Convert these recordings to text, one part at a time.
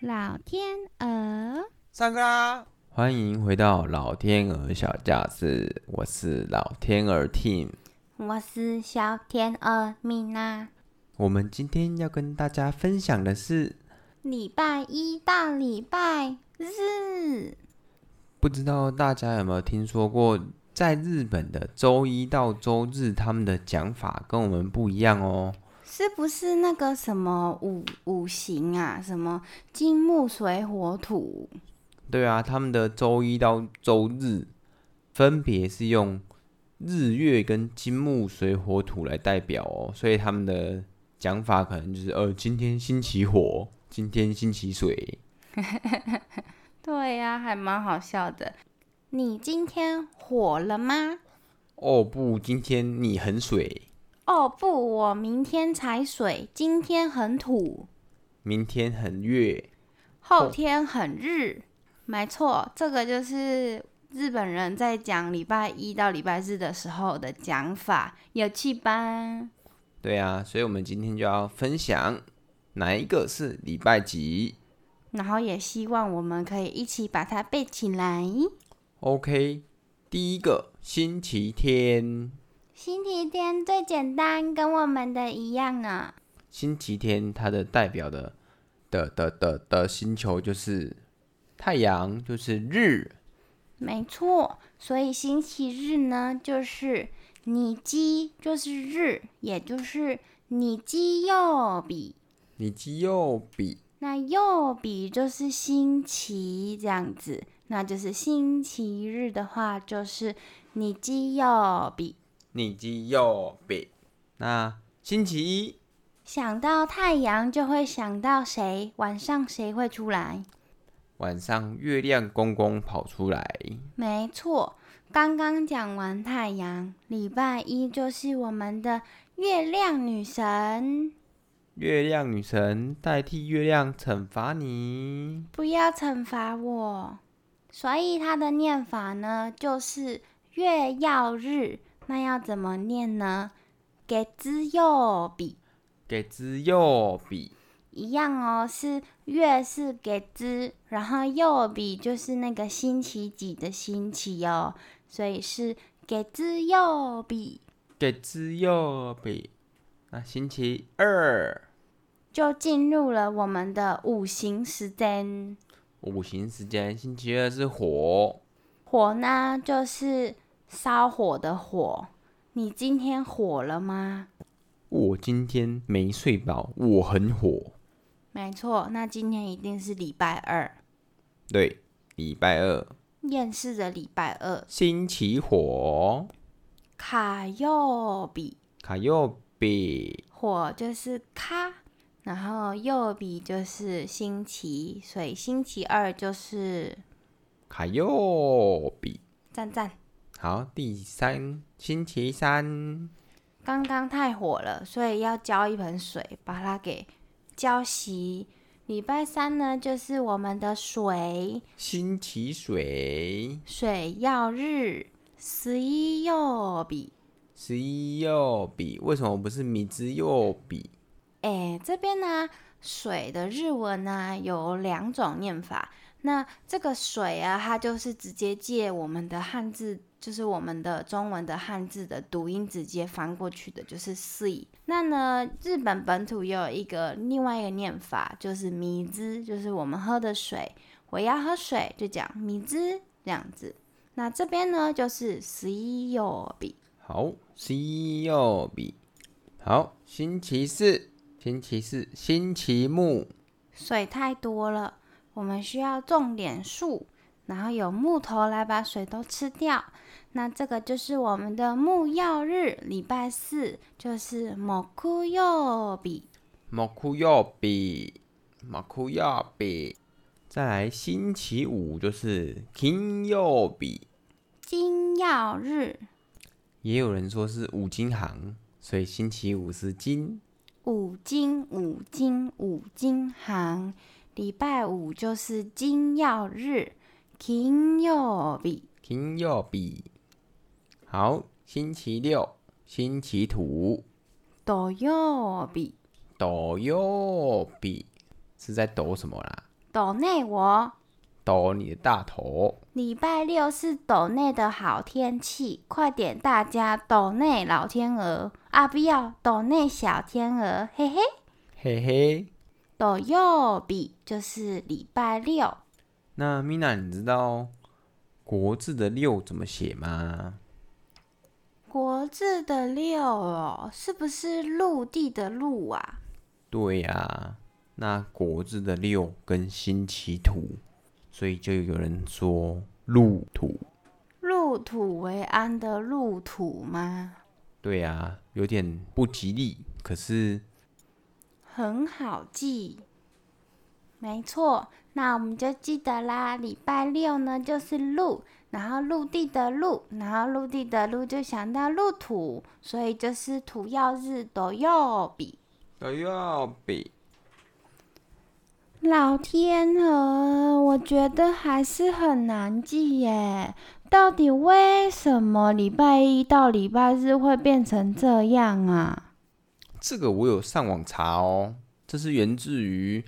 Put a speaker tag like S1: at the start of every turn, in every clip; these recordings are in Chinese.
S1: 老天鹅，
S2: 上课啦！
S3: 欢迎回到老天鹅小教室，我是老天鹅 team。
S1: 我是小天鹅米娜。
S3: 我们今天要跟大家分享的是，
S1: 礼拜一到礼拜日，
S3: 不知道大家有没有听说过，在日本的周一到周日，他们的讲法跟我们不一样哦。
S1: 是不是那个什么五五行啊？什么金木水火土？
S3: 对啊，他们的周一到周日分别是用日月跟金木水火土来代表哦，所以他们的讲法可能就是呃，今天星期火，今天星期水。
S1: 对呀、还蛮好笑的。你今天火了吗？
S3: 哦不，今天你很水，
S1: 哦不，我明天才水，今天很土，
S3: 明天很月。
S1: 后天很日。没错，这个就是日本人在讲礼拜一到礼拜日的时候的讲法，有趣吧？
S3: 对啊，所以我们今天就要分享哪一个是礼拜几。
S1: 然后也希望我们可以一起把它背起来。
S3: OK，第一个星期天，
S1: 星期天最简单，跟我们的一样呢。
S3: 星期天它的代表的的的的的星球就是太阳，就是日。
S1: 没错，所以星期日呢，就是你鸡，就是日，也就是你鸡右比。
S3: 你肌肉比
S1: 那右比就是星期这样子，那就是星期日的话，就是你鸡右比。
S3: 你肌肉比，那星期一
S1: 想到太阳就会想到谁，晚上谁会出来？
S3: 晚上月亮公公跑出来，
S1: 没错，刚刚讲完太阳，礼拜一就是我们的月亮女神，
S3: 月亮女神代替月亮惩罚你。
S1: 不要惩罚我。所以它的念法呢，就是月曜日。那要怎么念呢？给之右比
S3: 给之右比，
S1: 一样哦，是月是给之，然后右比就是那个星期几的星期哦，所以是给之右比。
S3: 给之右比。那星期二
S1: 就进入了我们的五行时间。
S3: 五行时间，星期二是火，
S1: 火呢，就是烧火的火。你今天火了吗？
S3: 我今天没睡饱，我很火。
S1: 没错，那今天一定是礼拜二，
S3: 对，礼拜二
S1: 厌世的礼拜二。
S3: 星期火，
S1: 卡右比
S3: 卡右比，
S1: 火就是卡，然后右比就是星期，所以星期二就是
S3: 卡右比。
S1: 赞赞。
S3: 好，第三星期三，
S1: 刚刚太火了，所以要浇一盆水把它给浇熄。礼拜三呢，就是我们的水
S3: 星期水，
S1: 水曜日，十一曜比。
S3: 十一右比。为什么不是米之右比？
S1: 哎，这边呢，水的日文呢有两种念法。那这个水啊，它就是直接借我们的汉字，就是我们的中文的汉字的读音直接翻过去的，就是 “see”。那呢，日本本土也有一个另外一个念法，就是“米汁”，就是我们喝的水。我要喝水，就讲“米汁”这样子。那这边呢，就是十一右比。
S3: 好，十一右比。好，星期四，星期四，星期木，
S1: 水太多了，我们需要种点树，然后有木头来把水都吃掉。那这个就是我们的木曜日，礼拜四就是某库曜比。
S3: 毛库右比，毛库右比。再来星期五就是金右比，
S1: 金曜日、
S3: 也有人说是五金行，所以星期五是金。
S1: 五金、五金、五金行，礼拜五就是金曜日，金曜比。
S3: 金曜比。好，星期六，星期土，
S1: 土曜比
S3: 抖右比是在抖什么啦？
S1: 抖内我。
S3: 抖你的大头，
S1: 礼拜六是抖内的好天气，快点大家抖内老天鹅啊！不要抖内小天鹅，嘿嘿。
S3: 嘿嘿。
S1: 抖右比就是礼拜六，
S3: 那 Mina，你知道国字的六怎么写吗？
S1: 国字的六哦，是不是陆地的陆啊？
S3: 对呀、那国字的六跟辛起土，所以就有人说陆土。
S1: 入土为安的入土吗？
S3: 对呀、有点不吉利，可是
S1: 很好记，没错。那我们就记得啦，礼拜六呢就是陆，然后陆地的陆，然后陆地的陆就想到入土，所以就是土曜日斗右比。
S3: 哎呀，比
S1: 老天鹅，我觉得还是很难记耶。到底为什么礼拜一到礼拜日会变成这样啊？
S3: 这个我有上网查哦，这是源自于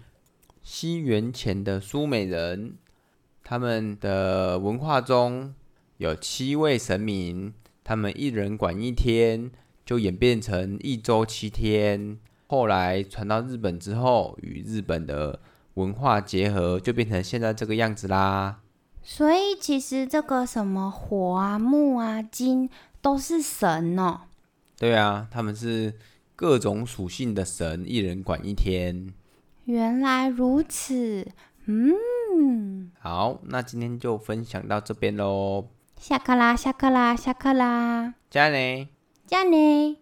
S3: 西元前的苏美人，他们的文化中有七位神明，他们一人管一天，就演变成一周七天。后来传到日本之后，与日本的文化结合，就变成现在这个样子啦。
S1: 所以其实这个什么火啊、木啊、金都是神哦。
S3: 对啊，他们是各种属性的神，一人管一天。
S1: 原来如此，嗯，
S3: 好，那今天就分享到这边喽，
S1: 下课啦，下课啦，下课啦，
S3: 加呢。
S1: 加呢。